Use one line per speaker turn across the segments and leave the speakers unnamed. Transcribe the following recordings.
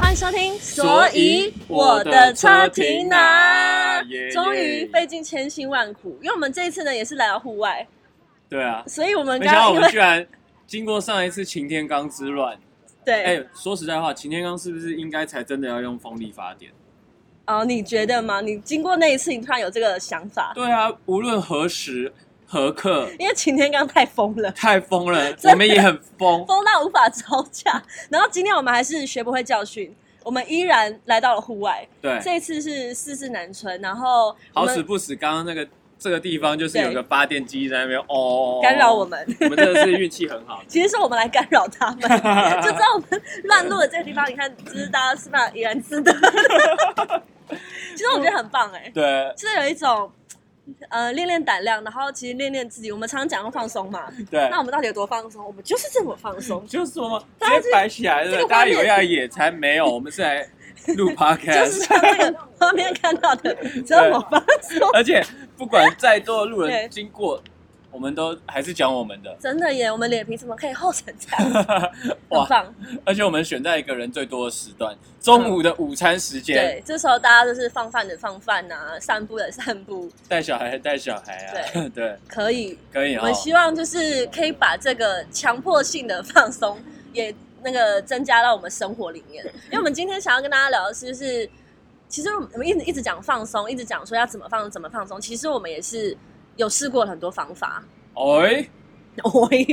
欢迎收听，
所以我的车停哪啊耶
啊终于费尽千辛万苦，因为我们这一次呢也是来到户外，
对啊，
所以我们
没
刚
想到
刚
我
因
们
为
居然经过上一次擎天岗之乱。
对，
哎、说实在话，擎天岗是不是应该才真的要用风力发电？
哦，你觉得吗？你经过那一次，你突然有这个想法，
对啊，无论何时何刻，
因为擎天刚太疯了。
太 疯了，
的
我们也很 疯。
疯到无法招架。然后今天我们还是学不会教训，我们依然来到了户外。
对，
这一次是四四南村，然后我
好死
们
不死，刚刚那个这个地方就是
对
有个发电机在那边哦，
干扰我，们，。
我们真的是运气很好
其实是我们来干扰他 们，就知道我们乱录的这个地方，你看，就是大家是那怡然 自得。其实我觉得很棒哎、
对
就是有一种。呃，练练胆量，然后其实练练自己。我们常常讲要放松嘛，
对
那，我们到底有多放松？我们就是这么放 松，
就是我们
大家
直接摆起来
这
的
个，
大
画
家以
面
为要野餐没有，我们是来录 podcast，
就是像那个画面看到的这么放松。
而且不管在座的路
对
人经过，我们都还是讲我们的。
真的耶，我们脸皮怎么可以厚成这样？很
哇！
棒，
而且我们选在一个人最多的时段，中午的午餐时间，
对，这时候大家就是放饭的放饭呐、散步的散步，
带小孩带小孩啊， 对，
可以。
可以
我
哦
们。希望就是可以把这个强迫性的放松也那个增加到我们生活里 面，因为我们今天想要跟大家聊的是，就是其实我们一直一直讲放松，一直讲说要怎么放怎么放松，其实我们也是有试过很多方法。
哎
哦咦，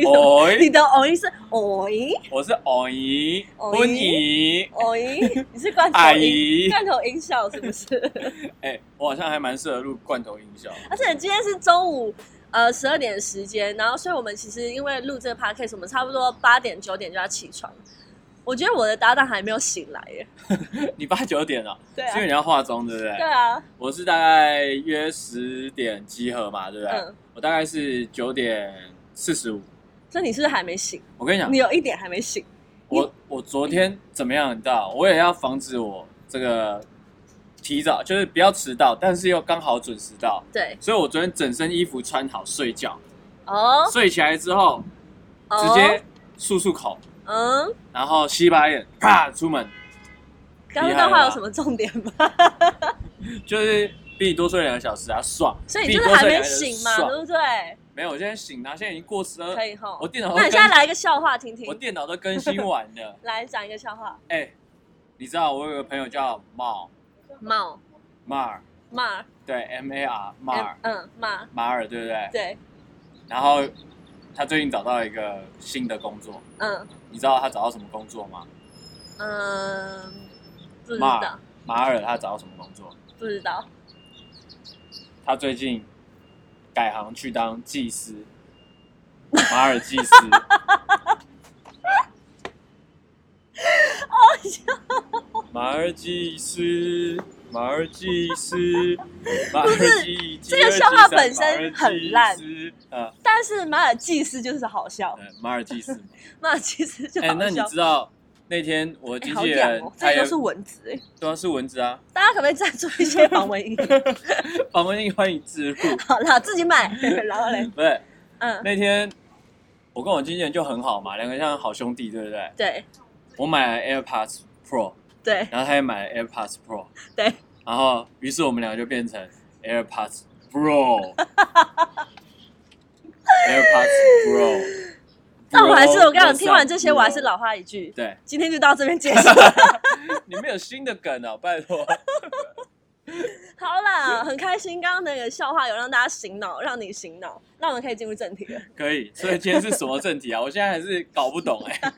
你
哎，
的哦咦是哦咦
我是哦姨、
哦
温姨、
哦咦，你是罐头
阿
音
姨。
罐头音效是不是？
哎，我好像还蛮适合录罐头音效。
而且今天是中午，呃，十二点的时间，然后所以我们其实因为录这个 podcast，我们差不多八点九点就要起床。我觉得我的搭档还没有醒来耶。
你八九点了，
对
是因为
啊，
你要化妆，对不对
对？啊，
我是大概约十点集合嘛，对不对
嗯？
我大概是九点四十五。
所以你是不是还没醒？
我跟你讲
你，有一点还没醒。
我我昨天怎么样？你知道，我也要防止我这个提早，就是不要迟到，但是又刚好准时到。
对，
所以我昨天整身衣服穿好睡觉，
哦，
睡起来之后
哦
直接漱漱口，
嗯，
然后洗把脸，啪出门，
刚刚
厉害
那
了
话
吧
有什么重点吗？
就是比你多睡两个小时啊，爽！
所以
比
你就是
多
还
睡
没
两个小时
醒嘛，
爽
对不对？
没有，我现在醒了、现在已经过十二
可，以吼
我。电脑都
那你现在来一个笑话听
我
听，。
电脑都更新完了
来讲一个笑话。
哎、你知道我有个朋友叫 Mar
猫
Mar，
骂，
对，M A R Mar
嗯嗯骂，
马尔，对不对？
对，
然后他最近找到一个新的工作，
嗯
你知道他找到什么工作吗？
嗯，不知
骂
道
马尔他找到什么工作？
不知道。
他最近改行去当 技师，马尔技师。马尔技师，马尔技师，马尔技
这个笑话本身很烂
呃，
但是马尔济斯就是好笑，
对马尔技师。
马尔济斯就好
哎、
笑。
那你知道那天我
哎
经
好
纪
痒
人、
哦，
他
这
也
都是蚊子哎，
对啊，是蚊子啊，
大家可不可以赞助一些防 蚊液？
防蚊液欢迎自入。
好啦，自己 买。然后嘞，
不是
嗯，
那天我跟我经纪人就很好嘛，两个像好兄弟，对不对？
对
我买了 AirPods Pro，
对
然后他也买了 AirPods Pro，
对，
然后于是我们两个就变成 AirPods Pro。AirPods Pro，
但我还是我刚刚听完这些，
Pro
我还是老话一句，
对，
今天就到这边结 束。
你们有新的梗哦，拜托。
好啦，很开心，刚刚那个笑话有让大家醒脑，让你醒脑，那我们可以进入正题了。
可以，所以今天是什么正题啊？我现在还是搞不懂哎、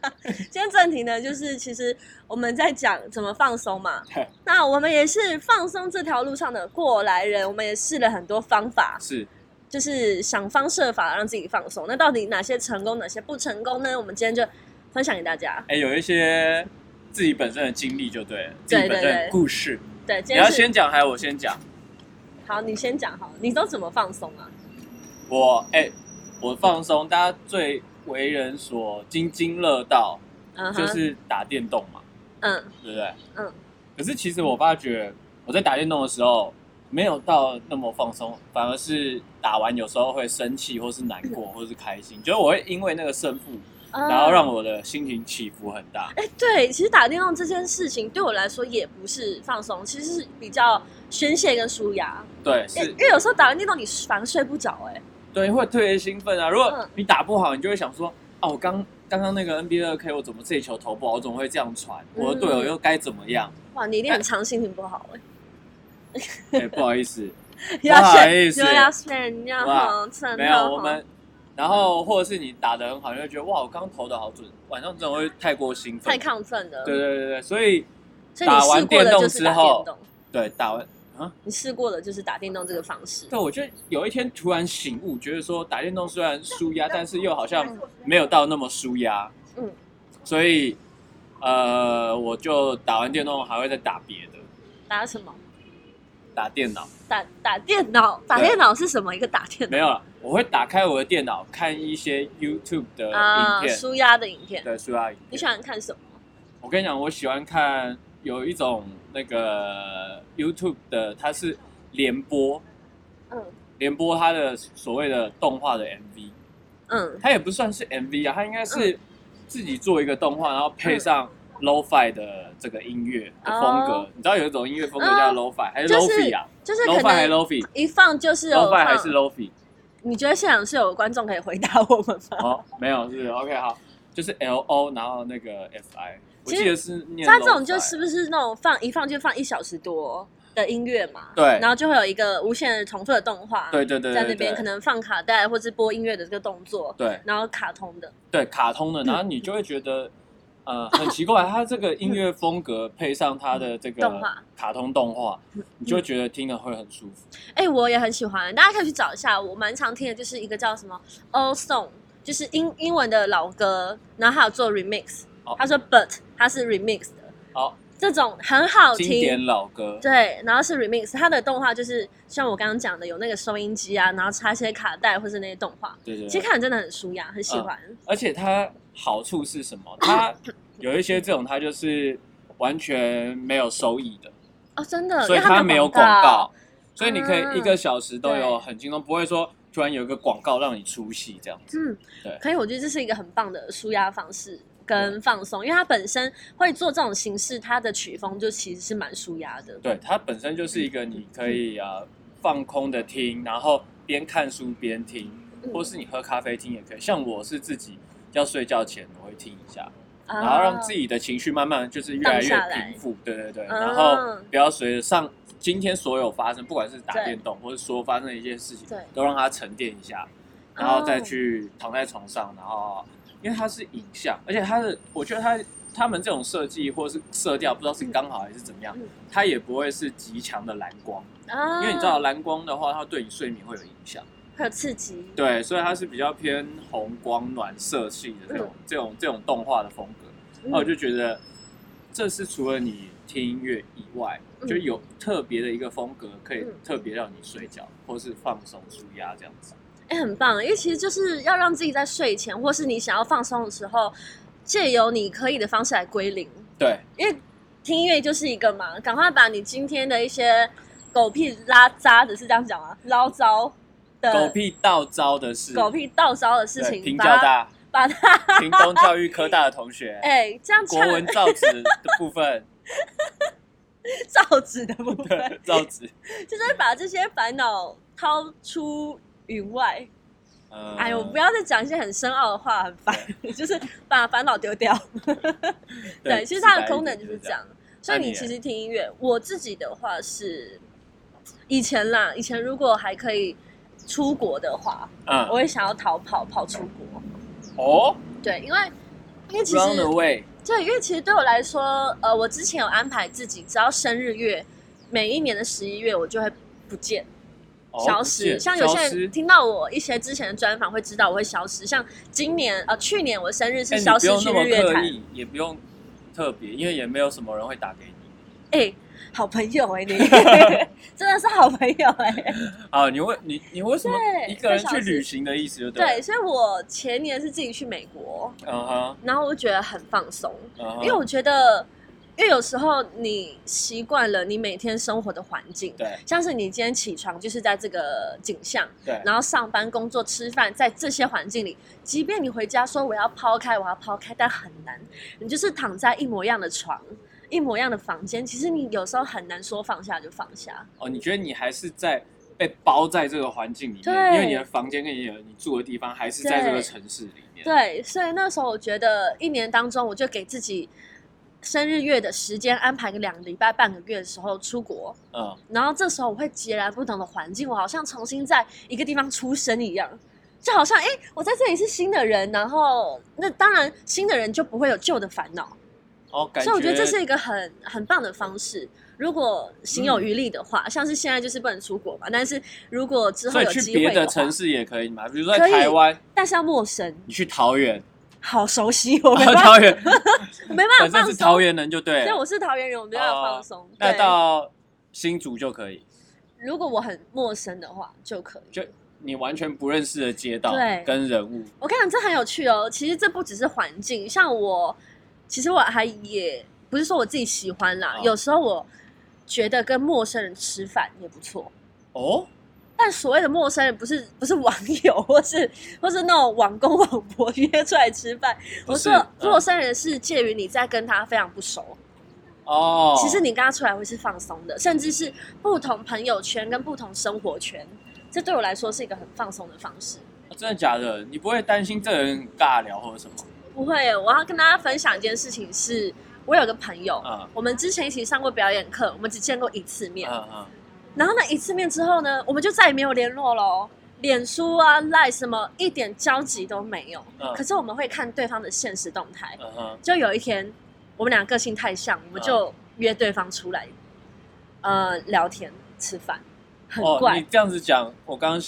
今天正题呢，就是其实我们在讲怎么放松嘛
对。
那我们也是放松这条路上的过来人，我们也试了很多方法，
是
就是想方设法让自己放松。那到底哪些成功，哪些不成功呢？我们今天就分享给大家。
哎、有一些自己本身的经历就对了，自
对
己本身的故事。
对，今
你要
天是
先讲还是我先讲？
好，你先讲好，你都怎么放松啊？
我哎、我放松，大家最为人所津津乐道
嗯
就
哼，
是打电动嘛，
嗯
对不对？
嗯。
可是其实我发觉我在打电动的时候，没有到那么放松，反而是打完有时候会生气，或是难过，或是开心，就是我会因为那个胜负，
然
然后让我的心情起伏很大。
呃哎，对，其实打电动这件事情对我来说也不是放松，其实是比较宣泄跟舒压。
对，
因
是
因为有时候打完电动你反而睡不着、哎，
对，会特别兴奋啊！如果
嗯
你打不好，你就会想说，哦，我刚刚刚那个 NBA 二 K，我怎么这一球投不好？我怎么会这样传？
嗯
我的队友又该怎 么样？
哇，你一定很常心情不好、 哎。
哎、不好意思，
要
好
选，
意
你
思
们要选，你要红橙
没有我们。然后或者是你打得很好，你会觉得哇，我刚投的好准。晚上真的会太过兴
太，
奋
亢奋了。
对对对对，所以
所以你试过的就是打
打完
电
电动之
动，
对打完，
你试过的就是打电动这个方式。
对我觉得有一天突然醒悟，觉得说打电动虽然舒压，但是又好像没有到那么舒压，
嗯，
所以呃，我就打完电动还会再打别的，
打什么？
打电脑
打打电脑，打
对
电脑是什么？一个打电
没有了，我会打开我的电脑看一些 YouTube
脑
的影
啊，
片，
舒压的影片。
对舒压影
你
片。
喜欢看什么？
我跟你讲，我喜欢看有一种那个 YouTube 的，它是联播
嗯
联播它的所谓的动画的 MV，
嗯
它也不算是 MV 啊，它应该是自己做一个动画，然后配上 lo-fi 的这个音乐的风格。
嗯哦啊
你知道有一种音乐风格叫 lo-fi，、还是
就是
lo-fi 啊、
就是
l o
可
f i 还是
能
lo-fi？lo-fi
一放就是有
还是
放。
lo-fi？
你觉得现场是有观众可以回答我们吗？
哦，没有，是 OK 好，就是 L O，然后那个 F I，我
其实
记得是念 lo-fi。
它这种就是不是那种放一放就放一小时多的音乐嘛？
对
然后就会有一个无限重复的动画。
对对对对对，
在那边可
能
能放卡带或是播音乐的这个动作，
对
然后卡通的，
对卡通的，
嗯
然后你就会觉得。呃，很奇怪，它这个音乐风格配上它的这
动
个
画嗯
卡通动画，你就会觉得听了会很舒服。
哎、我也很喜欢，大家可以去找一下。我蛮常听的就是一个叫什么 All Song，就是英英文的老歌，然后还有做 remix
哦。
他说 But 它是 remix 的，
好，
这种很好
经
听。
典老歌，
对，然后是 remix，它的动画就是像我刚刚讲的，有那个收音机啊，然后插一些卡带或是那些动画，
对对嗯
其
对
实。看了真的很舒压，很喜欢。
而且它好处是什 么？它有一些这种，它就是完全没有收益的，
哦，真的，因
所以
为它
它没有
广
广告，所以你可
啊
以一个小时都有
对
很轻松，不会说突然有一个广告让你出戏这样。
嗯
对，
可以，我觉得这是一个很棒的舒压方式跟放松，因为它本身会做这种形式，它的曲风就其实是蛮舒压的。
对，它本身就是一个你可以啊放空的听，然后边看书边听，
嗯
或是你喝咖啡听也可以。像我是自己要睡觉前我会听一下，
啊
然后让自己的情绪慢慢就是越来
荡
越
下来
平复，对对对，
嗯
然后不要随着上今天所有发生，不管是打电动或者说发生的一些事情
对，
都让它沉淀一下，然后
哦
再去躺在床上，然后因为它是影像，而且它的我觉得它他们这种设计或是色调，不知道是刚好还是怎么样
嗯，
它也不会是极强的蓝光，
啊，
因为你知道蓝光的话，它对你睡眠会有影响。
会有刺激，
对，所以它是比较偏红光暖色系的这种、这种这种动画的风格。
嗯
那哦我就觉得，这是除了你听音乐以外，
嗯
就有特别的一个风格，可以
嗯
特别让你睡觉或是放松、舒压这样子。
哎、很棒，因为其实就是要让自己在睡前或是你想要放松的时候，借由你可以的方式来归零，
对，
因为听音乐就是一个嘛，赶快把你今天的一些狗屁拉渣子是这样讲吗？捞糟 的
狗屁倒招的是
狗屁倒糟的事
对
情，
平
把
交
它
大、
把它，
屏东教育科大的同 学
哎、这样
国
呛
文造纸的部分，
造纸的 部
对
分，
造纸，
就是把这些烦恼掏出云外。
嗯
哎呦，不要再讲一些很深奥的话，很烦， 就是把烦恼丢掉。对，其实它的功能就是这。样。所以
那
你
你
其
嘞
实听音乐，我自己的话是，以前啦，以前如果还可以出国的话，
嗯，
我也想要逃跑跑出国。
哦
对，因为因为其实
，Run Away，
对，因为其实对我来说，呃，我之前有安排自己，只要生日月，每一年的十一月我就会不见、
哦
消
不
失。
见
像有些
消失
人听到我一些之前的专访会知道我会消失，像今年呃去年我生日
哎
是
你
消
不
失
用
去
那么
日月
刻
潭，
意，也不用特别，因为也没有什么人会打给你。
哎、好朋友 哎、你真的是好朋友哎、
啊，你为你你为什么
对
一个人
会
去
消失
旅行的意思就 对
对，
了。
所以我前年是自己去美国，
嗯哼，
然后我就觉得很放松，
嗯哼，
因为我觉得。因为有时候你习惯了你每天生活的环境，
对
像是你今天起床就是在这个景象，
对
然后上班、工作、吃饭，在这些环境里，即便你回家说我要抛开，我要抛开，但很难。你就是躺在一模一样的床、一模一样的房间，其实你有时候很难说放下就放下。
哦，你觉得你还是在被包在这个环境里面，
对
因为你的房间跟你的你住的地方还是在这个
对
城市里面。
对，所以那时候我觉得一年当中，我就给自己生日月的时间安排个两个礼拜、半个月的时候出国，
嗯，
然后这时候我会截然不同的环境，我好像重新在一个地方出生一样，就好像哎，诶我在这里是新的人，然后那当然新的人就不会有旧的烦恼，
哦，感
所以我觉得这是一个很很棒的方式。如果行
嗯
有余力的话，像是现在就是不能出国嘛，但是如果之后
所以
有
去
机
别
会
的
话
城市也可以嘛，比如说在
可以
台湾，
但是要陌生，
你去桃园，哦
好熟悉， 我没办法，
桃 园，
我没办
反
法
正
放
是
松
桃。园人就对
所以
了。
我是桃园人，我没办法放松。
那
对，
到新竹就可以，
如果我很陌生的话就可以。
就你完全不认识的街道
对
跟人物，
我跟你讲，这很有趣哦。其实这不只是环境，像我，其实我还也不是说我自己喜欢啦，
哦
有时候我觉得跟陌生人吃饭也不错。
哦，
但所谓的陌生人，不是不是网友，或是或是那种网公网婆约出来吃饭。
不
我
是
说的
嗯
陌生人是介于你在跟他非常不熟，
哦，
其实你跟他出来会是放松的，甚至是不同朋友圈跟不同生活圈，这对我来说是一个很放松的方式。
哦真的假的？你不会担心这人很尬聊或者什么？
不会，我要跟大家分享一件事情是，我有个朋友，
嗯
我们之前一起上过表演课，我们只见过一次面，
嗯嗯，
然后那一次面之后呢，我们就再也没有联络喽。脸书啊、赖什么一点交集都没有，
嗯
可是我们会看对方的现实动态。
嗯哼，
就有一天，我们俩个性太像，我们
嗯
就约对方出来，呃，聊天、吃 饭，很
哦，
怪。
你这样子讲，我刚刚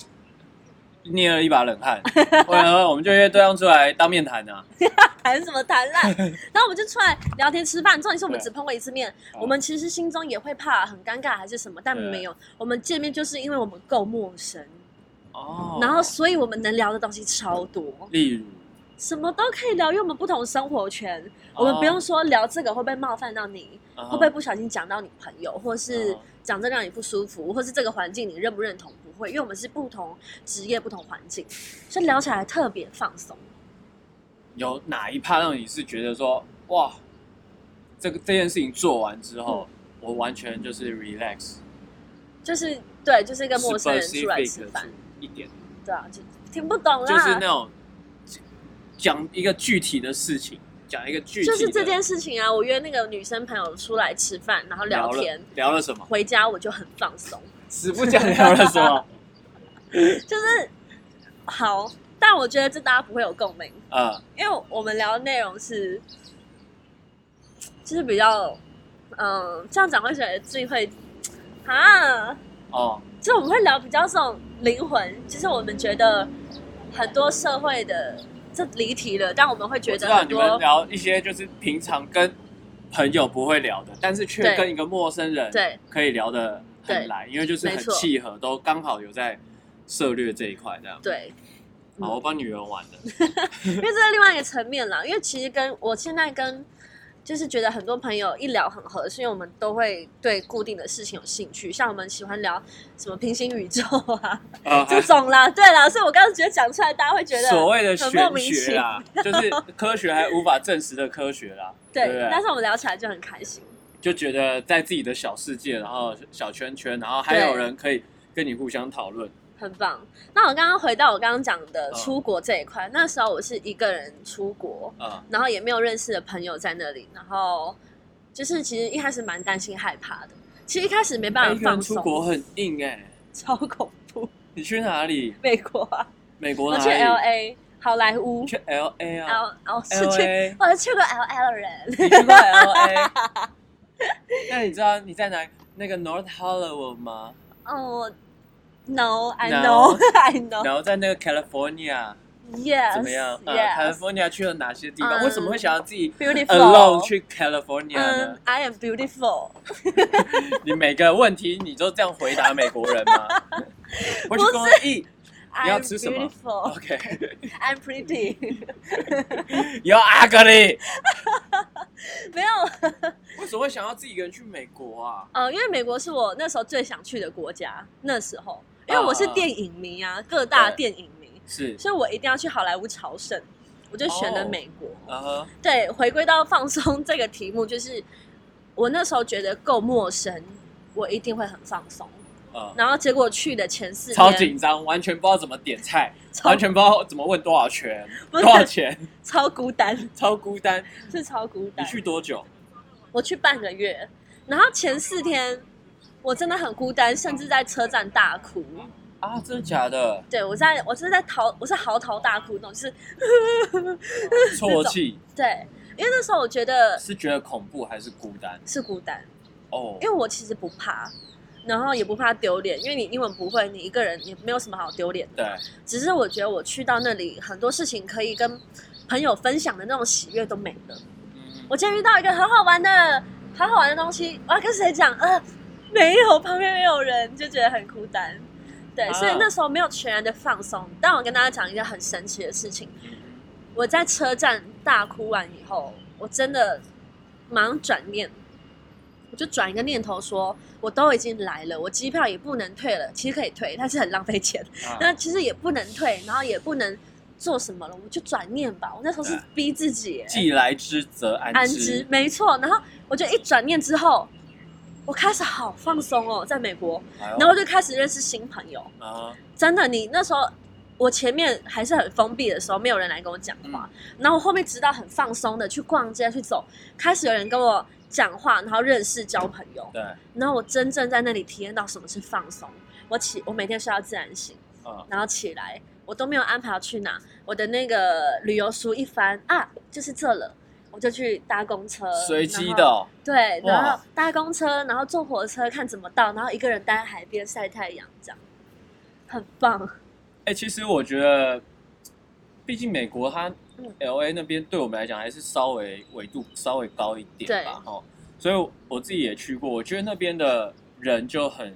捏了一把冷 汗。我然后我们就约对方出来当面谈啊。
谈什么谈啦？ 然后我们就出来聊天吃饭。重点是我们
对
只碰过一次面，
嗯
我们其实心中也会怕很尴尬还是什么，但
对
没有。我们见面就是因为我们够陌生，
哦，
然后所以我们能聊的东西超多，
例如，
什么都可以聊，因为我们不同生活圈，我们不
哦
用说聊这个会不会冒犯到你，
嗯哼
会不会不小心讲到你朋友，或是
嗯
讲这让你不舒服，或是这个环境你认不认同？不会，因为我们是不同职业、不同环境，所以聊起来特别放松。
有哪一趴让你是觉得说，哇，这个这件事情做完之后，
嗯
我完全就是 relax，
就是对，就是跟陌生人出来
specific
吃
的
饭，
一点，
对啊，就听不懂啦，
就是那种讲一个具体的事情，讲一个具体的，
就是这件事情啊。我约那个女生朋友出来吃饭，然后聊
聊了
天，
聊了什么，
回家我就很放松，
死不讲聊了什么，
就是好。但我觉得这大家不会有共鸣，
呃，
因为我们聊的内容是，就是比较，嗯，这样讲会觉得自己会啊，
哦，
就我们会聊比较这种灵魂，就是我们觉得很多社会的这离题了，但我们会觉
我知
得
道
很
你们
多
聊一些就是平常跟朋友不会聊的，但是却
对
跟一个陌生人
对
可以聊得很
对
来，因为就是很
没错
契合，都刚好有在涉略这一块这样。
对，嗯
好，我帮女儿玩 的。
因为这是另外一个层面啦。因为其实跟我现在跟就是觉得很多朋友一聊很合，是因为我们都会对固定的事情有兴趣，像我们喜欢聊什么平行宇宙啊
啊
这种啦，对啦，所以我刚刚觉得讲出来，大家会觉得
所谓的
很莫
玄
名
学啦，就是科学还无法证实的科学啦，
对，
不
但
对？
是我们聊起来就很开心。
就觉得在自己的小世界，然后小圈圈，然后还有人可以跟你互相讨论。
很棒。那我刚刚回到我刚刚讲的
嗯
出国这一块，那时候我是一个人出国，
啊，
然后也没有认识的朋友在那里，然后就是其实一开始蛮担心害怕的，其实一开始没办
哎一
法
个人
放
出
松，
国很硬哎，
超恐怖。
你去哪里？
美国啊，
美国
我
哪
去L
里？
A 好莱坞
你去 L A 啊
，L 哦是
，L
去，
A，
我是去过 L L 的人，
你去过 L A？那你知道你在哪那个 North Hollywood 吗？
哦，No I
No
know I know
然后在那个 California 怎么样？呃
哦 yes
，California 去了哪些地方？
嗯
为什么会想要自己 alone
beautiful
去 California 呢
嗯？I am beautiful
你每个问题你都这样回答美国人吗？ 我去公益
I
你要
am
吃什么
beautiful
，OK，
I'm pretty。
有 ugly，
没有，
为什么会想要自己一个人去美国啊？
呃，因为美国是我那时候最想去的国家，那时候，因为我是电影迷啊，各大
哦对
电影迷，
是，
所以我一定要去好莱坞朝圣，我就选了
哦
美国。
嗯哼，
对，回归到放松这个题目，就是我那时候觉得够陌生，我一定会很放松。
嗯，
然后结果去的前四天，
超紧张，完全不知道怎么点菜，
超
完全不知道怎么问多少钱，
哦不
多
是
少钱，
超孤单，
超孤单。
是超孤
你
单。
去多久？
我去半个月，然后前四天我真的很孤单，甚至在车站大哭。
啊，真的假 的？
对我在我是在嚎，我是嚎啕大哭那种，就是
啜泣
对，因为那时候我觉得
是觉得恐怖还是孤单？
是孤单，
哦
因，为我其实不怕，然后也不怕丢脸，因为你英文不会，你一个人也没有什么好丢脸的。
对，
只是我觉得我去到那里，很多事情可以跟朋友分享的那种喜悦都没了。
嗯
我今天遇到一个很好玩的、很好玩的东西，我要跟谁讲？呃，没有，旁边没有人，就觉得很孤单。对，
啊
所以那时候没有全然的放松。但我跟大家讲一件很神奇的事情，
嗯
我在车站大哭完以后，我真的马上转念，我就转一个念头说，我都已经来了，我机票也不能退了，其实可以退，但是很浪费钱。
啊
那其实也不能退，然后也不能做什么了，我就转念吧。我那时候是
对
逼自己耶、
既来之则安
安
之
之，，没错。然后我就一转念之后，我开始好放松哦，在美国，
然
然后就开始认识新朋友。
哎啊，
真的，你那时候我前面还是很封闭的时候，没有人来跟我讲话，
嗯
然后我后面直到很放松的去逛街去走，开始有人跟我讲话，然后认识交朋友，
对，
然后我真正在那里体验到什么是放松。我起，我每天睡到自然醒。
嗯，
然后起来，我都没有安排要去哪，我的那个旅游书一翻啊，就是这了，我就去搭公车，
随机的
然后，
哦，
对，
哇
然后搭公车，然后坐火车看怎么到，然后一个人待在海边晒太阳，这样很棒，
哎、其实我觉得，毕竟美国它
嗯
L A 那边对我们来讲还是稍微纬度稍微高一点吧，哦，所以我自己也去过，我觉得那边的人就很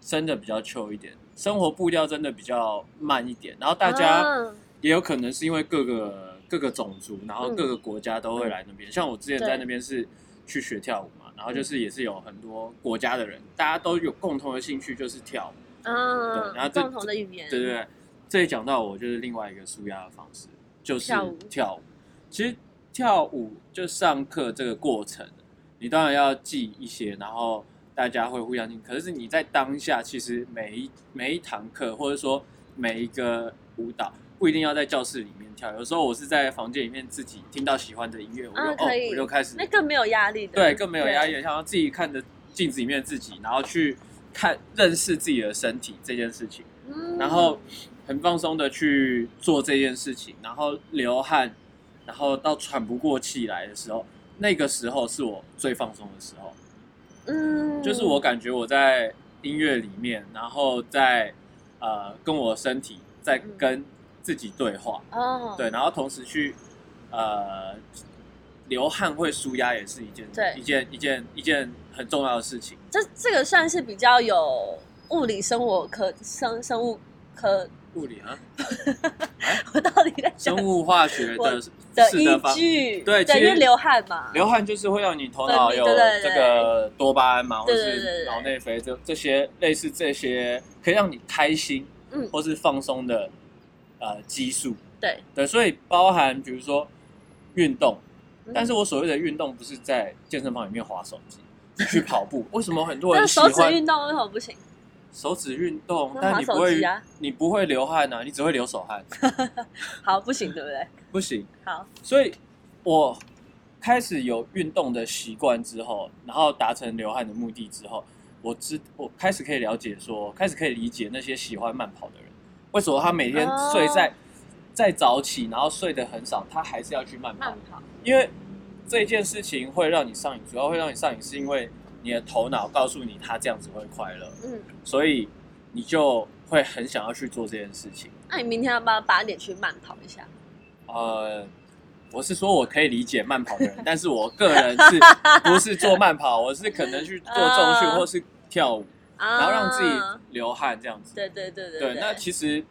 真的比较 chill 一点，生活步调真的比较慢一点，然后大家
嗯
也有可能是因为各个各个种族，然后
嗯
各个国家都会来那边，像我之前在
对嗯
那边是去学跳舞嘛，然后就是也是有很多国家的人，大家都有共同的兴趣就是跳舞。
嗯，
对然后这
共同的语言，
对对对，这里讲到我就是另外一个舒压的方式，就是
跳舞
跳舞其实跳舞就上课这个过程，你当然要记一些，然后大家会互相听。可是你在当下，其实每一每一堂课，或者说每一个舞蹈。不一定要在教室里面跳，有时候我是在房间里面自己听到喜欢的音乐，我就、
啊
哦
可以，
我就开始
那更没有压力的，
对，更没有压力，想要自己看着镜子里面的自己，然后去看认识自己的身体这件事情。
对，嗯
然后很放松的去做这件事情，然后流汗，然后到喘不过气来的时候，那个时候是我最放松的时候，
嗯，
就是我感觉我在音乐里面，然后在呃跟我身体在
嗯
跟自己对话，
哦，
对，然后同时去呃流汗会舒压也是一件
对
一件一件一件很重要的事情，
这这个算是比较有物理生活科生生物科，
物理啊，
我到底在讲
生物化学
我
的
的
是
依
的方
据，
对其
对，
实
因为流汗嘛，
流汗就是会让你头脑有
分泌对对
这
对
个多巴胺嘛，或
对对对对
是脑内啡这这些类似这些可以让你开心，
嗯
或是放松的呃激素。
对，
对，所以包含比如说运动，
嗯
但是我所谓的运动不是在健身房里面划手 机，是去跑步。为什么很多
那
人喜
手指
欢
运动为什么不行？
手指运动？
那
但
划
你不
手
会
机啊
你不会流汗啊，你只会流手汗，
好，不行，对不对？
不行。
好，
所以我开始有运动的习惯之后，然后达成流汗的目的之后，我知我开始可以了解说，开始可以理解那些喜欢慢跑的人，为什么他每天
哦
睡在、再早起，然后睡得很少，他还是要去慢跑
慢，跑，
因为这件事情会让你上瘾，主要会让你上瘾是因为你的头脑告诉你他这样子会快乐，
嗯，
所以你就会很想要去做这件事情。
那你明天要不要八点去慢跑一下？
呃，我是说我可以理解慢跑的人，但是我个人 是不是做慢跑，我是可能去做重训
啊
或是跳舞，
啊
然后让自己流汗这样子。
对对对对
对，那其实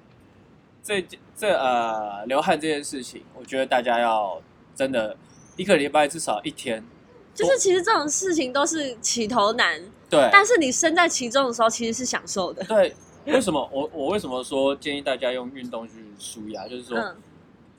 这这呃流汗这件事情，我觉得大家要真的。一个礼拜至少一天。
就是其实这种事情都是起头难，
对，
但是你身在其中的时候，其实是享受的。
对，为什么我我为什么说建议大家用运动去舒压？就是说，
嗯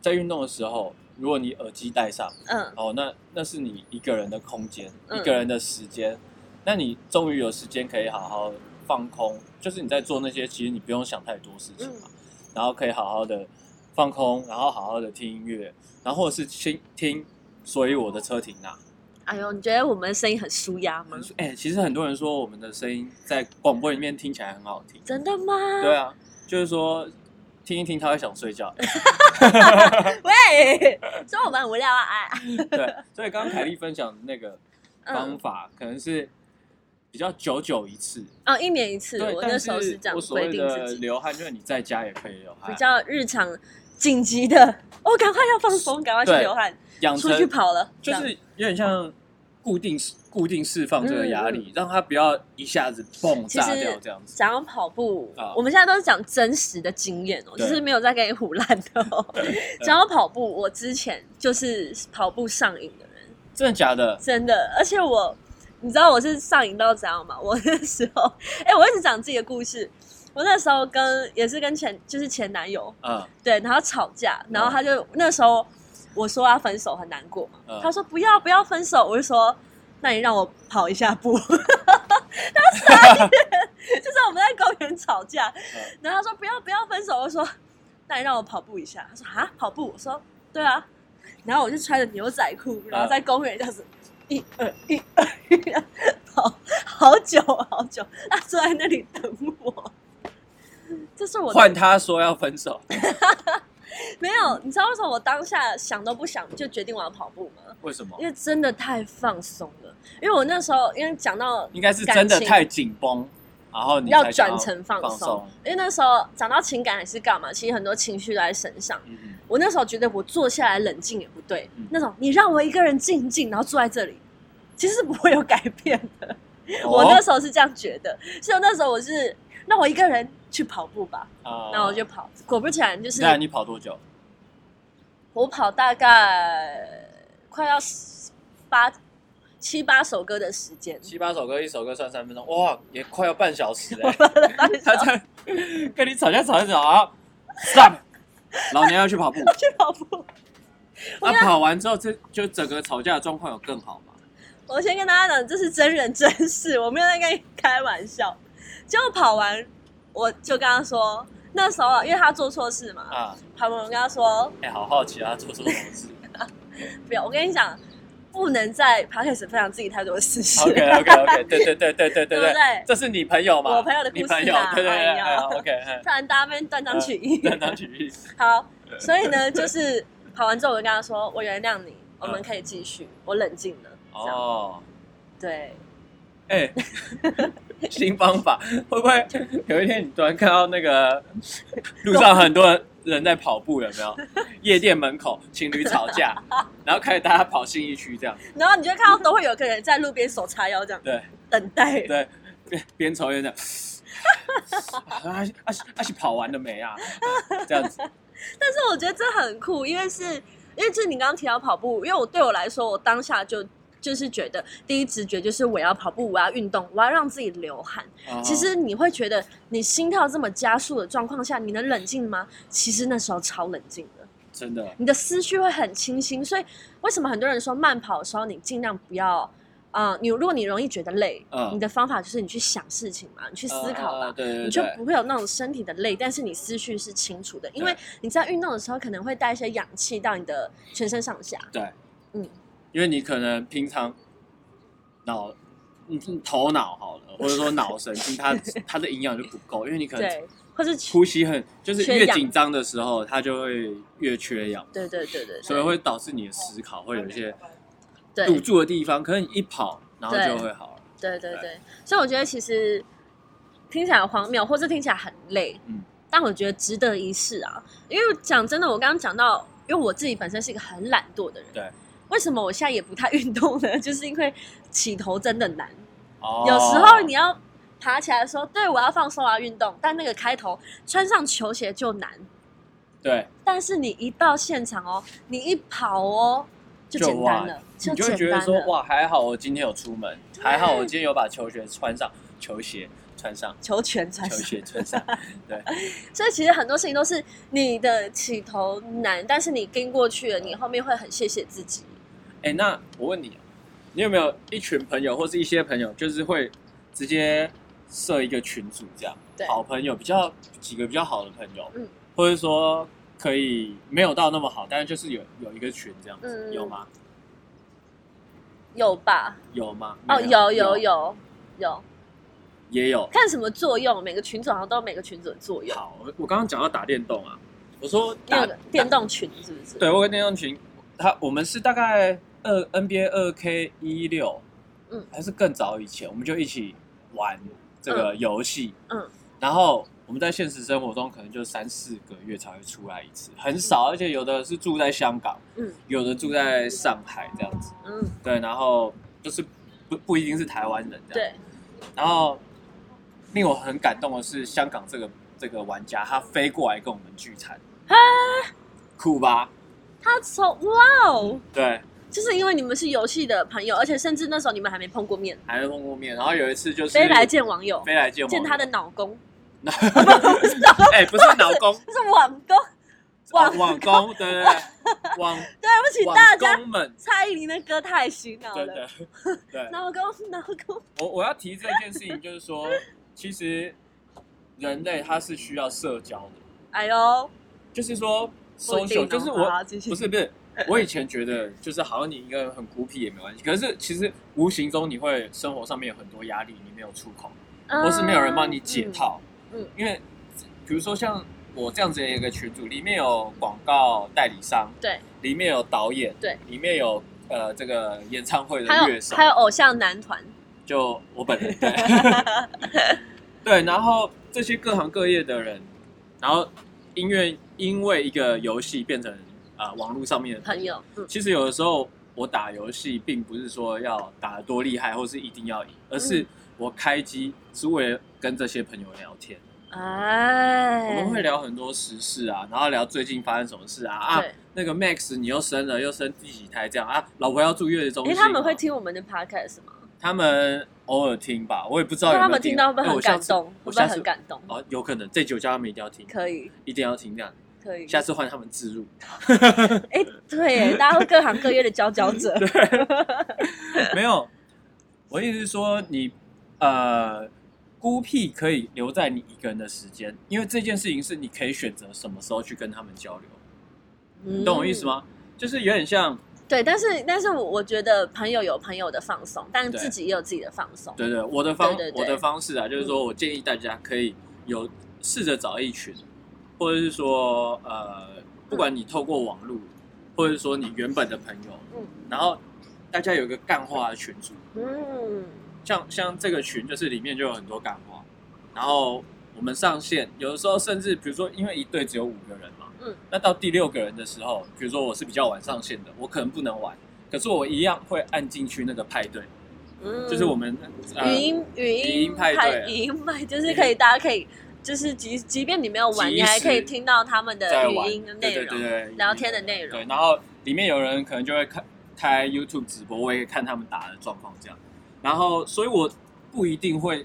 在运动的时候，如果你耳机戴上，
嗯
哦，那那是你一个人的空间，
嗯
一个人的时间，那你终于有时间可以好好放空，就是你在做那些，其实你不用想太多事情
嗯
嘛，然后可以好好的放空，然后好好的听音乐，然后或者是听听，所以我的车停哪。
哎呦，你觉得我们的声音很舒压吗？
哎、其实很多人说我们的声音在广播里面听起来很好听，
真的吗？
对啊，就是说听一听他会想 睡觉。
喂，所以我们很无聊啊！哎，
对，所以刚刚凯莉分享的那个方
嗯，
法，可能是比较久久一次。
哦，一年一次，
对，
我那
但
时候是
是
这样
我所谓
规定
的
自己，
流汗，就是你在家也可以流汗，
比较日常紧急的， 哦，赶快要放松，赶快去
对
流汗，
养
出去
成
跑了，
就
这
是
样
有点像固定固定释放这个压
嗯
力，让它不要一下子蹦
其实
炸掉这样子。
想要跑步
啊，
我们现在都是讲真实的经验哦，就
对
是没有在跟你胡乱的哦。讲到跑步，我之前就是跑步上瘾的人，
真的假的？
真的，而且我，你知道我是上瘾到怎样吗？ 我那时候，哎、我一直讲自己的故事。我那时候跟也是跟前就是前男友
嗯
对，然后吵架，然后他就、那时候我说要分手很难过嘛，
嗯
他说不要不要分手，我就说那你让我跑一下步， 他傻眼， 就是我们在公园吵架，
嗯
然后他说不要不要分手，我就说那你让我跑步一下。他说啊跑步，我说对啊。然后我就穿着牛仔裤，
嗯
然后在公园这样子一二一二一二跑好久好久，他坐在那里等我。这是我的
换他说要分手，
没有，你知道为什么我当下想都不想就决定我要跑步吗？
为什么
因？为真的太放松了。因为我那时候因为讲到
应该是真
感
的
情
太紧绷，然后你
要
才想
转成放
放
松，因为那时候讲到情感还是干嘛，其实很多情绪都在身上。
嗯嗯，
我那时候觉得我坐下来冷静也不对，
嗯
那种你让我一个人静静，然后坐在这里，其实是不会有改变的。 我
哦
那时候是这样觉得，所以那时候我是那我一个人去跑步吧，
啊
然后我就跑，果不其然就是
那你跑多久？
我跑大概快要十八七八首歌的时间，
七八首歌，一首歌算三分钟，哇，也快要半 小时嘞、
半
他
小时
在跟你吵架吵一吵啊，stop，老 娘要去跑步。
去跑步。
那、跑完之后，这就整个吵架的状况有更好吗？
我先跟大家讲，这是真人真事，我没有在跟你开玩笑。结果跑完，我就跟他说，那时候啊因为他做错事嘛，
啊，
跑完我跟他说，
哎、好好奇啊，做什么事
不要，我跟你讲，不能在 podcast 分享自己太多私事。
？OK OK OK，对对对对对对
对不对
这是你朋友吗？
我朋友的故事啊
你朋友，对对对
哎呀
哎呀，OK，哎
不然大家被断章取义。
断章取义，
好，所以呢，就是跑完之后，我就跟他说，我原谅你，我们可以继续，我冷静了。这样
哦，
对，
哎、新方法会不会有一天你突然看到那个路上很多人人在跑步，有没 有？夜店门口情侣吵架，然后开始大家跑信义区这样，
然后你就看到都会有个人在路边手叉腰这样
对
等待。
对，边边抽烟这样。啊啊啊！是跑完了没啊？这样子，
但是我觉得这很酷，因为是因为就是你刚刚提到跑步，因为我对我来说，我当下就就是觉得第一直觉就是我要跑步，我要运动，我要让自己流汗。
啊哦
其实你会觉得，你心跳这么加速的状况下，你能冷静吗？其实那时候超冷静的，
真的，
你的思绪会很清新。所以为什么很多人说慢跑的时候，你尽量不要，呃，你如果你容易觉得累，
嗯
你的方法就是你去想事情嘛，你去思考嘛。
呃对对
你就
对，
不会有那种身体的累，但是你思绪是清楚的，因为
对
你在运动的时候可能会带一些氧气到你的全身上下。
对，
嗯，
因为你可能平常脑，你头脑好了，或者说脑神经，它它的营养就不够，因为你可能
对，或是
呼吸很，就是
缺
越
氧
紧张的时候，它就会越缺氧，
对对对对，
所以会导致你的思考会有一些
对
堵住的地方。可是你一跑，然后
对
就会好了。
对对对
对，
所以我觉得其实听起来荒谬，或是听起来很累，
嗯
但我觉得值得一试啊。因为讲真的，我刚刚讲到，因为我自己本身是一个很懒惰的人，
对，
为什么我现在也不太运动呢？ 就是因为起头真的难，
哦
有时候你要爬起来说，对我要放松，我要运动，但那个开头穿上球鞋就难，
对
但是你一到现场哦，你一跑哦，就简单
就
了，
你就会
简
觉
单
得
了。
说哇，还好我今天有出门，
对
还好我今天有把球鞋穿上，球鞋穿上，
求全才
球
是。
鞋穿上，
所以其实很多事情都是你的起头难，但是你跟过去了，你后面会很谢谢自己。
哎、那我问你，你有没有一群朋友或是一些朋友，就是会直接设一个群组这样？
对
好朋友比较几个比较好的朋友，
嗯
或者说可以没有到那么好，但是就是有有一个群这样子，
嗯
有吗？
有吧？
有吗？
哦，
没有
有有有有，
也有。
看什么作用？每个群组好像都有每个群组的作用。
好，我我刚刚讲到打电动啊，我说
你
打
有个电，动群是不是？
打对我有个电动群，他我们是大概二 NBA 二 K 一六，
嗯
还是更早以前，我们就一起玩这个游戏，
嗯
然后我们在现实生活中可能就三四个月才会出来一次，很少，而且有的是住在香港，
嗯
有的住在上海这样子，
嗯，
对，然后就是不不一定是台湾人这样，
对，
然后令我很感动的是，香港这个这个玩家他飞过来跟我们聚餐，酷吧？
他从哇哦，
对，
就是因为你们是游戏的朋友，而且甚至那时候你们还没碰过面，
还没碰过面，然后有一次就是
飞来见网友，
飞来见我
见他的脑公，
不是老公，哎， 不是老公，
这是网公。
网网工，对 对对，网
对不起大
网
家，
工们，
蔡依林的歌太洗脑
对
了
对。 对，
脑公，脑公，
我我要提这件事情，就是 说，其实人类他是需要社交的，
哎呦，
就是说
不一定
social，
哦
就是
好
我
好继续
不是不是，我以前觉得就是好像你一个人很孤僻也没关系，可是其实无形中你会生活上面有很多压力，你没有出口，或是没有人帮你解
嗯
套，
嗯嗯
因为比如说像我这样子的一个群组，里面有广告代理商，
对，
里面有导演，
对，
里面有呃这个演唱会
还
的乐
有
手
嗯还，有偶像男团，
就我 本人对。对，然后这些各行各业的人，然后音乐因为一个游戏变成啊、呃网络上面的
朋。友，嗯
其实有的时候我打游戏并不是说要打得多厉害，或是一定要赢，而
嗯
是我开机是为了跟这些朋友聊天。
嗯哎，
我们会聊很多时事啊，然后聊最近发生什么事啊啊，
对，
那个 Max 你又生了又生第几胎这样啊，老婆要住月子中
因
心、
为
啊。
他们会听我们的 podcast 吗？
他们偶尔听吧，我也不知道有
他
没有
们
听
听到会不
哎
会很
我下
感
次
动？会不
我
会
下次
很感动？
哦，有可能这酒叫他们一定要听，
可以，
一定要听这样。
可以。
下次换他们自入，
哎，对耶，大家会各行各业的佼佼者。
没有。我意思是说你，呃孤僻可以留在你一个人的时间，因为这件事情是你可以选择什么时候去跟他们交流，
你
你懂我意思？吗？就是有点像，
嗯对，但是但是我我觉得朋友有朋友的放松，但
对
自己也有自己的放松。
对对，我的方
对对对嗯
我的方式啊，就是说我建议大家可以有试着找一群，或者是说
嗯
呃，不管你透过网络，或者是说你原本的朋友，
嗯
然后大家有一个干话的群组，
嗯，
像像这个群就是里面就有很多干话，然后我们上线，有的时候甚至比如说因为一队只有五个人嘛，
嗯，
那到第六个人的时候，比如说我是比较晚上线的，我可能不能玩，可是我一样会按进去那个派对，
嗯
就是我们、呃、
语音语
语音
音
派对啊
语音派就是可以，大家可以就是即即便你没有玩，
即
你还可以
时
听到他们
呃在
的语
玩
音的内
对
容
对。对对
聊天的内容
对，然后里面有人可能就会开开 YouTube 直播，我也看他们打的状况这样。然后，所以我不一定会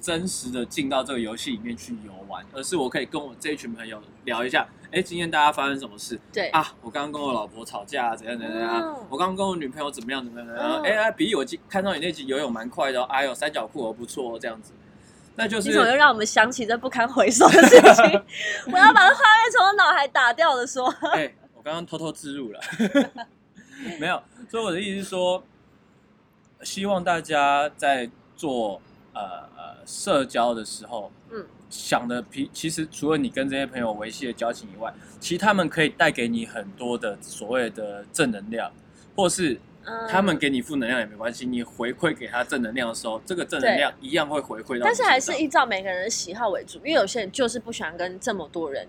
真实的进到这个游戏里面去游玩，而是我可以跟我这一群朋友聊一下，哎，今天大家发生什么事
对
啊？我刚刚跟我老婆吵架，怎样怎样怎样
嗯？
我刚刚跟我女朋友怎么样怎么样怎么
嗯
样？哎、啊比我今看到你那集游泳蛮快的、哦，哎呦，三角裤哦不错哦，这样子。那就是
你怎么又让我们想起这不堪回首的事 情？我要把画面从我脑海打掉的说。
哎、我刚刚偷偷植入了， 没有。所以我的意思是说，希望大家在做呃呃社交的时候，
嗯，
想的其其实除了你跟这些朋友维系的交情以外，其实他们可以带给你很多的所谓的正能量，或是
嗯
他们给你负能量也没关系，你回馈给他正能量的时候，这个正能量一样会回馈到你
但
身上。
是还是依照每个人的喜好为主，因为有些人就是不喜欢跟这么多人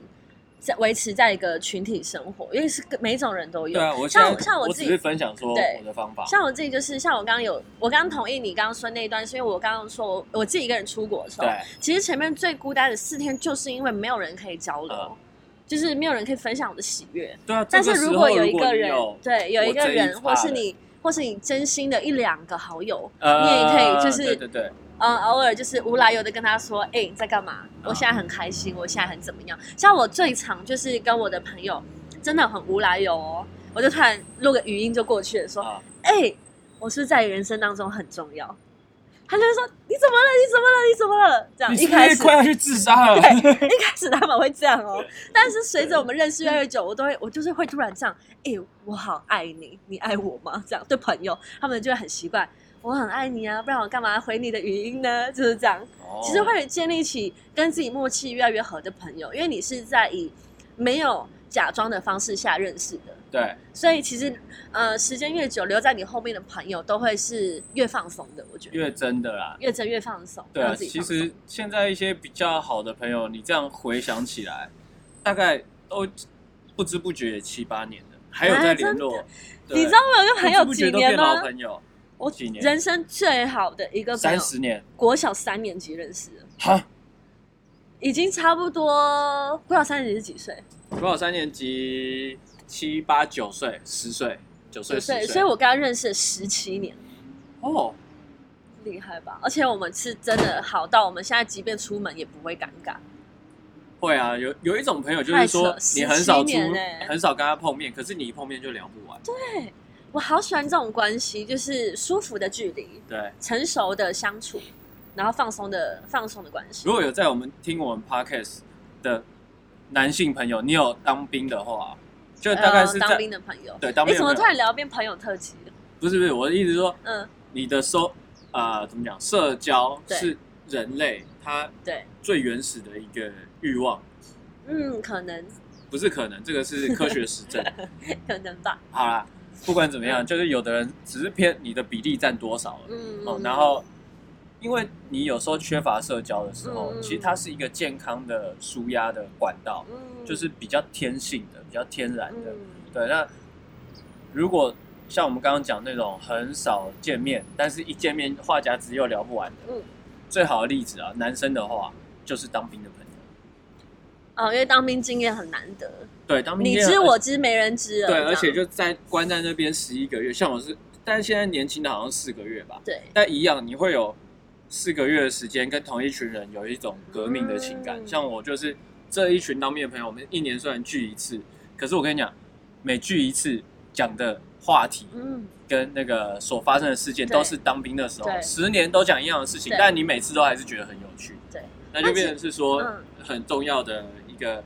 在维持在一个群体生活，因为是跟每种人都有。
对啊，我现
像
在
像我
我
自
只
己
是分享说
对
我的方法，
像我自己就是，像我刚刚有，我刚刚同意你刚刚说那一段，是因为我刚刚说我我自己一个人出国的时候
对，
其实前面最孤单的四天，就是因为没有人可以交流。
嗯
就是没有人可以分享我的喜悦。
对啊，
但
这
是
个时候
如
如
果有
有
一个人，
你有
对，有一
我
个
这一
人，
趴
或是
了
你，或是你真心的一两个好友，
呃，
你也可以就是
对对对，
嗯，偶尔就是无来由的跟他说，哎、你在干嘛？
啊
我现在很开心，我现在很怎么样？像我最常就是跟我的朋友，真的很无来由哦，我就突然录个语音就过去了，说，
啊，
哎、我是不是在人生当中很重要。他就会说你怎么了？你怎么了？你怎么了？这样
你
一
是不
开
是
始
快要去自杀了？
对，一开始他们会这样哦，但是随着我们认识越来越久，我都会，我就是会突然这样，哎、我好爱你，你爱我吗？这样对朋友，他们就会很习惯，我很爱你啊，不然我干嘛回你的语音呢？ 就是这样，
哦
其实会建立起跟自己默契越来越合的朋友，因为你是在以没有假装的方式下认识的，
对，
所以其实呃，时间越久，留在你后面的朋友都会是越放松的，我觉得
因为真的啦，
越真越放松，
对啊，
让自己
其
放松
实现在一些比较好的朋友，你这样回想起来，大概都不知不觉也七八年了，还有
啊
在
真
联络。对
你知道我有个
不
朋
知
友
不
几
觉都
年
变
吗
老？朋友，
我
几年
人生最好的一个朋
三
友，
十年，
国小三年级认识的，
哈，
已经差不多国小三年级是几岁？
我有三年级，七八九岁，十岁，九岁
九
十岁，
所以我跟他认识了十七年，
哦，
厉害吧？而且我们是真的好到我们现在即便出门也不会尴尬，
会啊，有有一种朋友就
太
是
扯
说你很少
17
出
年欸，
很少跟他碰面，可是你一碰面就聊不完，
我好喜欢这种关系，就是舒服的距离，
对。
成熟的相处，然后放松的放松的关系
如。果有在我们听我们 podcast 的男性朋友，你有当兵的话，就大概
呃
是在、
当兵的朋友，
对当
你
兵的
怎
朋
么
友
突然聊变朋友特辑了？
不是不是，我的意思是说，
嗯，
你的收啊、怎么讲，社交
对
是人类他
对，
最原始的一个欲望，
嗯，可能
不是可能，这个是科学实证。
可能吧，
好啦，不管怎么样，就是有的人只是偏你的比例占多少而已
嗯，
哦，然后。因为你有时候缺乏社交的时候，
嗯
其实它是一个健康的舒压的管道，
嗯
就是比较天性的、比较天然的。
嗯
对，那如果像我们刚刚讲那种很少见面，但是一见面话匣子又聊不完的，
嗯
最好的例子啊，男生的话就是当兵的朋友。
哦，因为当兵经验很难得，
对，当兵
你
也
知我知没人知了。
对，
这样
而且就在关在那边十一个月，像我是，但是现在年轻的好像四个月吧，
对
但一样你会有四个月的时间跟同一群人有一种革命的情感。
嗯
像我就是这一群当兵的朋友，我们一年虽然聚一次，可是我跟你讲，每聚一次讲的话题
嗯，
跟那个所发生的事件
对
都是当兵的时候
对，
十年都讲一样的事情
对，
但你每次都还是觉得很有趣。
对，
那就变成是说
嗯
很重要的一个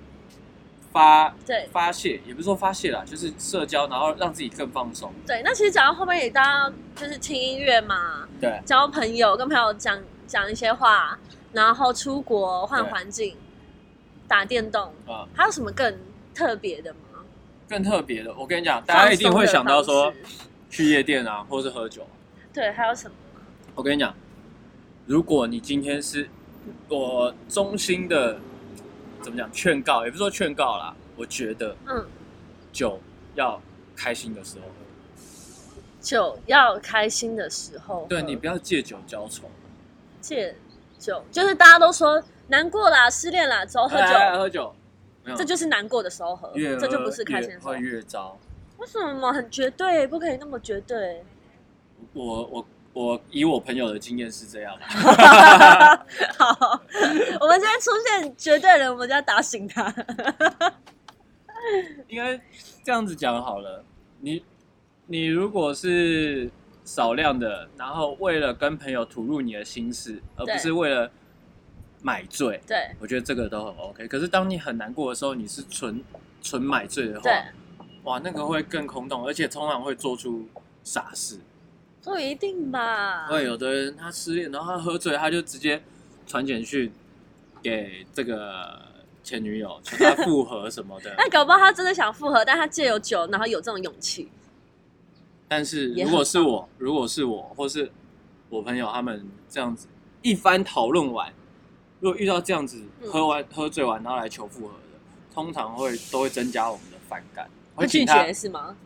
发
对
发泄，也不是说发泄啦，就是社交，然后让自己更放松。
对。那其实讲到后面也大家就是听音乐嘛，
对，
交朋友，跟朋友讲讲一些话，然后出国换
对
环境，打电动，
啊，
还有什么更特别的吗？
更特别的，我跟你讲，大家一定会想到说
放松的方式，
去夜店啊，或是喝酒啊、
对，还有什么？
我跟你讲，如果你今天是我衷心的怎么讲劝告，也不是说劝告啦，我觉得
嗯，
酒要开心的时候喝，
酒要开心的时候喝，
对你不要借酒浇愁，
戒酒，就是大家都说难过啦、失恋啦，之后喝
来来来
酒，
喝酒，没有
这就是难过的时候喝，
哎越喝
这就不是开心
越
的时候
会。越糟。
为什么很绝对？不可以那么绝对？
我我我以我朋友的经验是这样，
好，我们今天出现绝对人，我们就要打醒他。
应该这样子讲好了。你你如果是少量的，然后为了跟朋友吐露你的心事，而不
对
是为了买醉，
对
我觉得这个都很 OK。可是当你很难过的时候，你是纯纯买醉的话，
对，
哇，那个会更空洞，而且通常会做出傻事。
不一定吧？
会有的人他失恋，然后他喝醉，他就直接传简讯给这个前女友，求他复合什 么的。
那搞不好他真的想复合，但他借有酒，然后有这种勇气。
但是
也
如果是我，如果是我，或是我朋友他们这样子一番讨论完，如果遇到这样子
嗯
喝完、喝醉完然后来求复合的，通常会都会增加我们的反感，
会
会
拒
请他
绝是吗？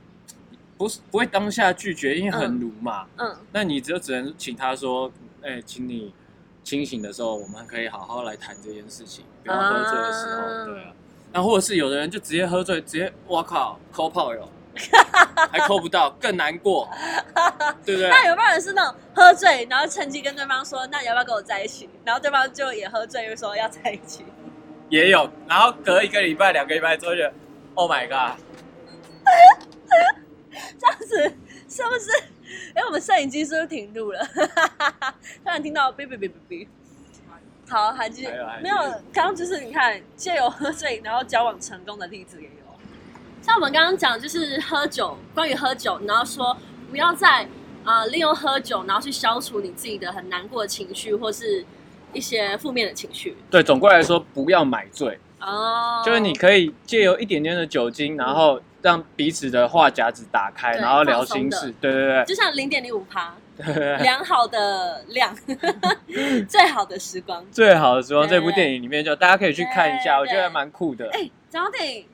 不是不会当下拒绝，因为很
嗯
鲁嘛。
嗯，
那你只有只能请他说，哎、请你清醒的时候，我们可以好好来谈这件事情，不要喝醉的时候，
啊
对啊。然后或者是有的人就直接喝醉，直接哇靠抠 炮友，还抠不到，更难过，对不对？
那有没有人是那种喝醉，然后趁机跟对方说，那你要不要跟我在一起？然后对方就也喝醉，就说要在一起。
也有，然后隔一个礼拜、两个礼拜之后就觉得，Oh my god，
这样子是不是？哎、我们摄影机是不是停录了？ 突然听到哔哔哔哔哔。好，还继续
还有还有
没有？刚刚就是你看，借由喝醉然后交往成功的例子也有，像我们刚刚讲就是喝酒，关于喝酒，然后说不要再呃利用喝酒，然后去消除你自己的很难过的情绪或是一些负面的情绪。
对，总归来说不要买醉，
哦，
就是你可以借由一点点的酒精，然后让彼此的话匣子打开，
对
然后聊心
放松
事，对对
就像零点零五趴，
对对对。
良好的量， 最好的时光。
最好的时光，
对
这部电影里面就大家可以去看一
对
下，
对
我觉得还蛮酷 的。
哎，讲到电影，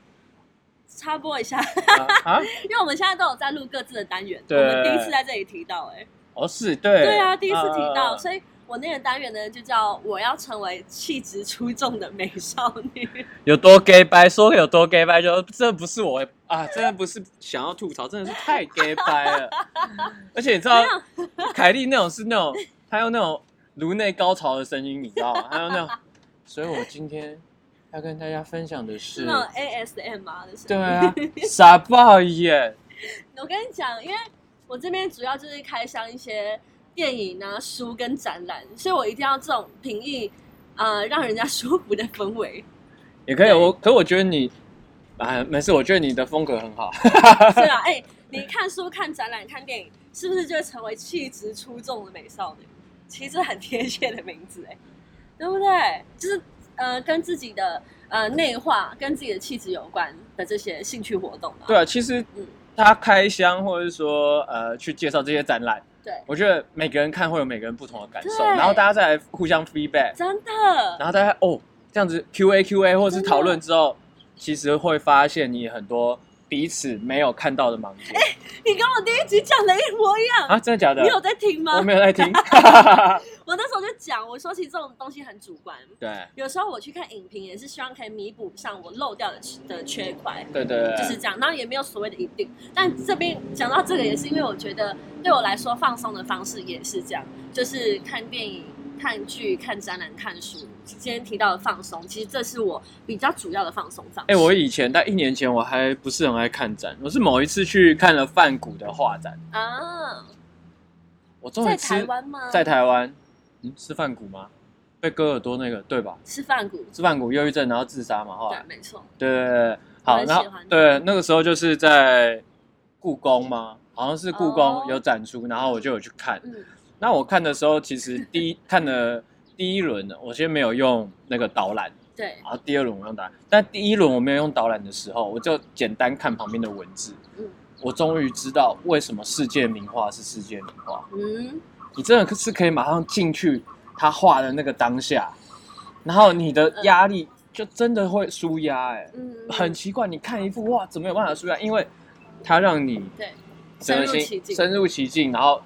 插播一下，
啊，啊
因为我们现在都有在录各自的单元，我
对
们第一次在这里提到、哎，
哦是，对，
对啊，第一次提到，
呃
所以我那个单元呢就叫我要成为气质出众的美少女。
有多 gay 掰，说有多 gay 掰，就哦这不是我啊，真的不是想要吐槽，真的是太 gay 掰 了。而且你知道，凯莉那种是那种，她用那种颅内高潮的声音，你知道吗？她用 那种，所以我今天要跟大家分享的
是
是，
那种 ASMR 的
对
声音。
啊，傻爆眼，
我跟你讲，因为我这边主要就是开箱一些电影啊、书跟展览，所以我一定要这种平易，呃，让人家 舒服的氛围。
也可以。
对
我可我觉得你啊，没事，我觉得你的风格很好。
是啊，哎、你看书、看展览、看电影，是不是就会成为气质出众的美少女？其实很贴切的名字、哎，对不对？就是呃，跟自己的呃内化、跟自己的气质有关的这些兴趣活动啊。
对啊，其实
嗯
他开箱或者说呃去介绍这些展览，
对，
我觉得每个人看会有每个人不同的感受，
对
然后大家再来互相 feedback，
真的，
然后大家哦这样子 Q A Q A 或者
真
是
的
讨论之后，其实会发现你很多彼此没有看到的盲点
你跟我第一集讲的一模一样。
啊，真的假的
哎你？有在听吗？
我没有 在听，
我那时候就讲，我说其实这种东西很主观，
对
有时候我去看影评也是希望可以弥补上我漏掉的的缺块，
对对对，
就是这样。然后也没有所谓的一定，但这边讲到这个也是因为我觉得对我来说放松的方式也是这样，就是看电影、看剧、看展览、看书。今天提到的放松，其实这是我比较主要的放松方式。
哎、我以前在一年前我还不是很爱看展，我是某一次去看了梵谷的画展，
啊，
我终于
在
吃
台湾吗？
在台湾，嗯，是梵谷吗？被割耳朵那个对吧？
吃饭谷，
是范谷忧郁症，然后自杀嘛，后
对
来，
没错。
对对对，对好，
很喜
然
欢
后对那个时候就是在故宫吗？好像是故
哦
宫有展出，然后我就有去看。
嗯，
那我看的时候，其实第一看的第一轮呢，我先没有用那个导览，
对，
然后第二轮我用导览，但第一轮我没有用导览的时候，我就简单看旁边的文字
嗯。
我终于知道为什么世界名画是世界名画，
嗯，
你真的是可以马上进去他画的那个当下，然后你的压力就真的会舒压、哎、
嗯，
很奇怪，你看一幅画怎么有办法舒压？因为它让你
对
整个
深入
心
其境
深入其境，然后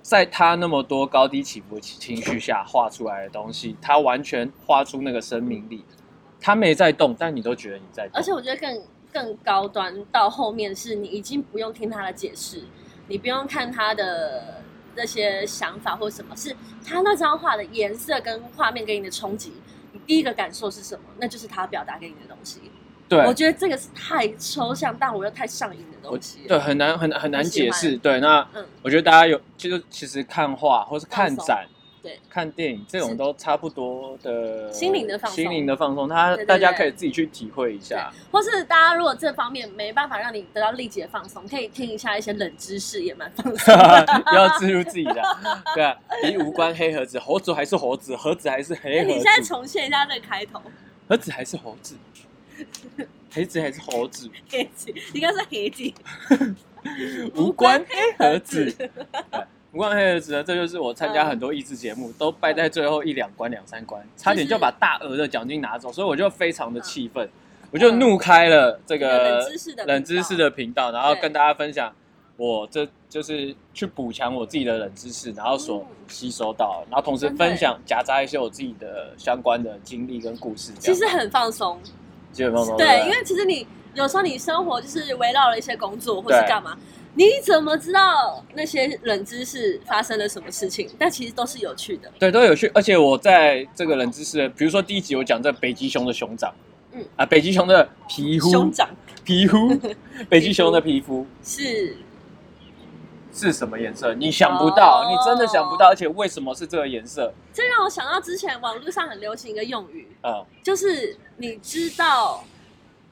在它那么多高低起伏的情绪下画出来的东西，它完全画出那个生命力。它没在动，但你都觉得你在动。
而且我觉得更更高端到后面是你已经不用听他的解释，你不用看他的那些想法或什么，是他那张画的颜色跟画面给你的冲击，你第一个感受是什么？那就是他表达给你的东西。
对，
我觉得这个是太抽象，但我又太上瘾的东西。
对，，很难很很难
很喜
解
欢
释。对，那
嗯，
我觉得大家有，就是其实看画或是看
放松
展，
对，
看电影这
是
种都差不多的
心灵的放松
心灵的放松，它
对对对
大家可以自己去体会一下。
或是大家如果这方面没办法让你得到立即的放松，可以听一下一些冷知识，也蛮放松的。
不要自入自 己的，对啊，离无关黑盒子，猴子还是猴子，盒子还是黑
哎你
盒
现在
子，
重现一下这个开头，
盒子还是猴 子，黑子还是猴子，
黑记，应该是黑记。
无关黑盒子。对无关黑盒子啊呢，这就是我参加很多益智节目，都败在最后一两关、两三关，差点就把大额的奖金拿走，所以我嗯就非常的气愤，我就怒开了这个
冷知识的频道
嗯冷知识的频道，然后
对
跟大家分享我这就是去补强我自己的冷知识，然后所吸收到，然后同时分享夹杂一些我自己的相关的经历跟故事，这
其
样
实很放松，
基本放松。
对，
不
因为其实你有时候你生活就是围绕了一些工作或是
对
干嘛，你怎么知道那些冷知识发生了什么事情？但其实都是有趣的。
对，都有趣。而且我在这个冷知识，比如说第一集我讲这北极熊的熊掌，
嗯
啊，北极熊的皮肤，
兄长
皮 肤，北极熊的皮肤，
是
是什么颜色？你
你想不到，
哦
你真的想不到，而且为什么是这个颜色？
这让我想到之前网络上很流行一个用语，
啊、
就是你知道。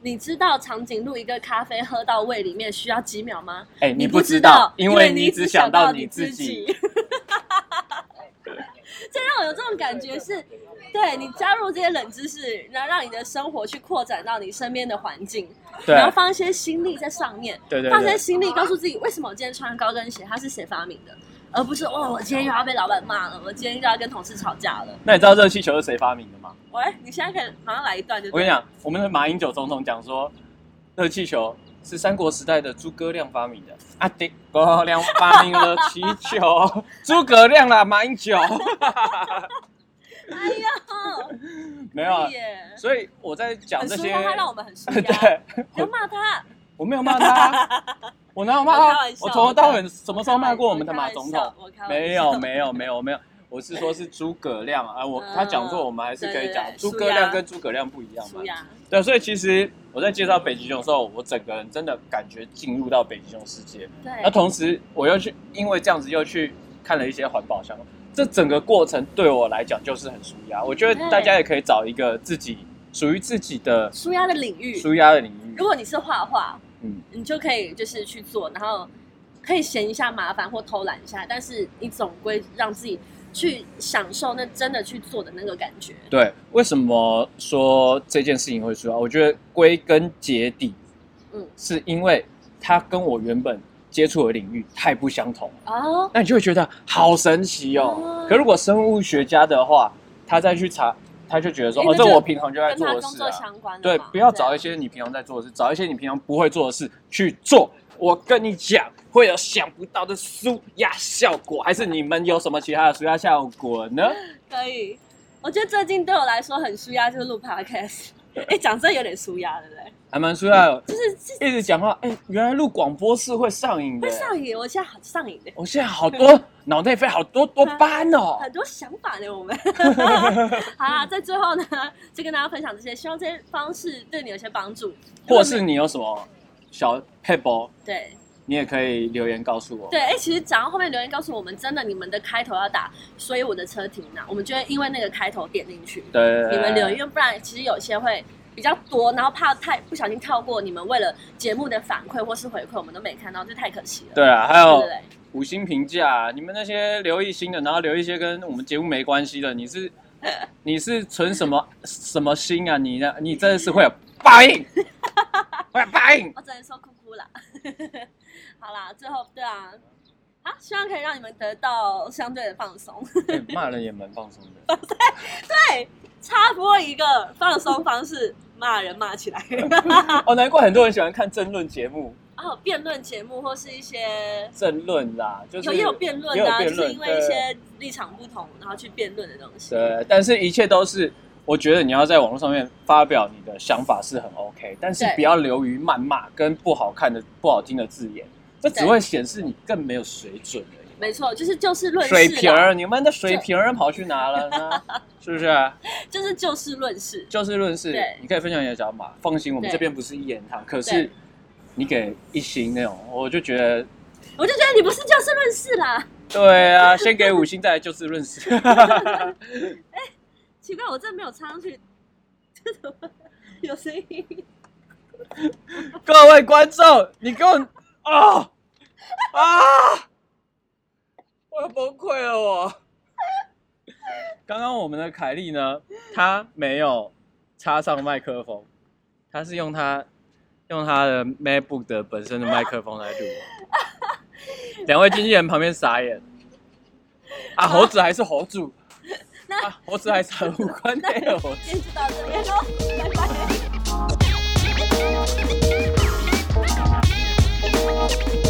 你知道长颈鹿一个咖啡喝到胃里面需要几秒吗？
哎、
你
你
不
不
知
知
道
道，，因为你只想到你自己。。
这让我有这种感觉是，对你加入这些冷知识，然后让你的生活去扩展到你身边的环境，
对
然后放一些心力在上面，
对对
放一些
对，
心力告诉自己为什么我今天穿高跟鞋，它是谁发明的，而不是哦，我今天又要被老板骂了，我今天又要跟同事吵架了。
那你知道热气球是谁发明的吗？
喂，你现在可以马上来一段就
我
对
跟
了
你讲，我们的马英九总统讲说，热气球是三国时代的诸葛亮发明的。啊，对，诸葛亮发明了气 球，诸葛亮啦，马英九
哎呀，
没有啊
对。耶，
所以我在讲
很
这
舒
些，
压，他让 我们很舒压，
对，
不要骂他，
我没有骂他， 我哪有骂
我开
他
玩？笑
我从头到尾什
我
么时候骂过我们的马总统？？
我开玩笑
没有，没有，没有，没有。我是说，是诸葛亮啊，我
嗯
他讲过，我们还是可以讲
对对对
诸
舒
葛
压
亮跟诸葛亮不一样嘛
舒。压，
对，所以其实我在介绍北极熊的时候，我整个人真的感觉进入到北极熊世界。
对，
那同时，我又去因为这样子又去看了一些环保相关，这整个过程对我来讲就是很舒压。我觉得大家也可以找一个自己属于自己的
舒压的领域，
舒压的领域
如。果你是画画，
嗯
你就可以就是去做，然后可以嫌一下麻烦或偷懒一下，但是你总归让自己去享受那真的去做的那个感觉。
对，为什么说这件事情会舒压？我觉得归根结底，
嗯
嗯，是因为它跟我原本接触的领域太不相同了。
哦，
那你就会觉得好神奇
哦
哦。可如果生物学家的话，他再去查，他就觉得说，
因为
哦，这
就
我平常就在
跟
做
他
的
工
事
作
啊。
相关的
对
嘛，
不要找一些你平常在做的事，找一些你平常不会做的事去做。我跟你讲，会有想不到的舒压效果。还是你们有什么其他的舒压效果 呢？
可以。我觉得最近对我来说很舒压，就是录 podcast。哎， 讲真有点舒压，对不对？
还蛮舒压的，
就是是
一直讲话。哎，原来录广播是会上瘾的
会。上瘾，我现在好上瘾的，
我现在好多脑内啡，好多多巴胺哦。
很多想法呢。 我们好啦，在最后呢，就跟大家分享这些，希望这些方式对你有些帮助，
或者是你有什么小 pebble，
对
你也可以留言告诉我。
对，哎、其实讲到后面留言告诉我们，真的你们的开头要打，所以我的车停了，我们就会因为那个开头点进去，
对，
你们留言，因为不然其实有些会比较多，然后怕太不小心跳过你们为了节目的反馈或是回馈，我们都没看到，这太可惜了。
对啊，还
对不
有
对？
五星评价，啊你们那些留一星的，然后留一些跟我们节目没关系的，你是你是存什么什么心啊？你呢？你真的是会有 报应，会有报应。
我只能说哭哭啦。 好啦，最后对啊，好，希望可以让你们得到相对的放松。
哎骂人也蛮放松的，
对，插播一个放松方式，骂人骂 起来。
哦，难怪很多人喜欢看争论节目，
还有哦辩论节目或是一些
争论啦，就是
有也有辩论
也有
的、啊，就
辩
是
论
因为一些立场不同，然后去辩论的东西。
对，但是一切都是，我觉得你要在网络上面发表你的想法是很 OK，但是
对
不要流于谩骂跟不好看的、不好听的字眼，这只
对
会显示你更没有水准而已。
没错，就是就事论
水
事
瓶
啦，
儿，你们的水瓶儿跑去哪了 呢？是不是、
就是就事论事。
就事论事
对，
你可以分享你的想法。放心，我们
对
这边不是一言堂，可
对
是你给一星那种，我就觉得，
我就觉得你不是就事论事啦。
对啊，先给五星，再来就事 论事。
奇怪，我真的没有插上去， 这怎么有声音？
各位观众，你给我啊啊！我要崩溃了我。刚刚我们的凯莉呢，她没有插上麦克风，她是用她用她的 MacBook 的本身的麦克风来录。两位经纪人旁边傻眼。啊，猴子还是猴主，
那
啊，猴子还是很无关
那
的猴子。
今天就到这边喽，拜拜。
Thank you.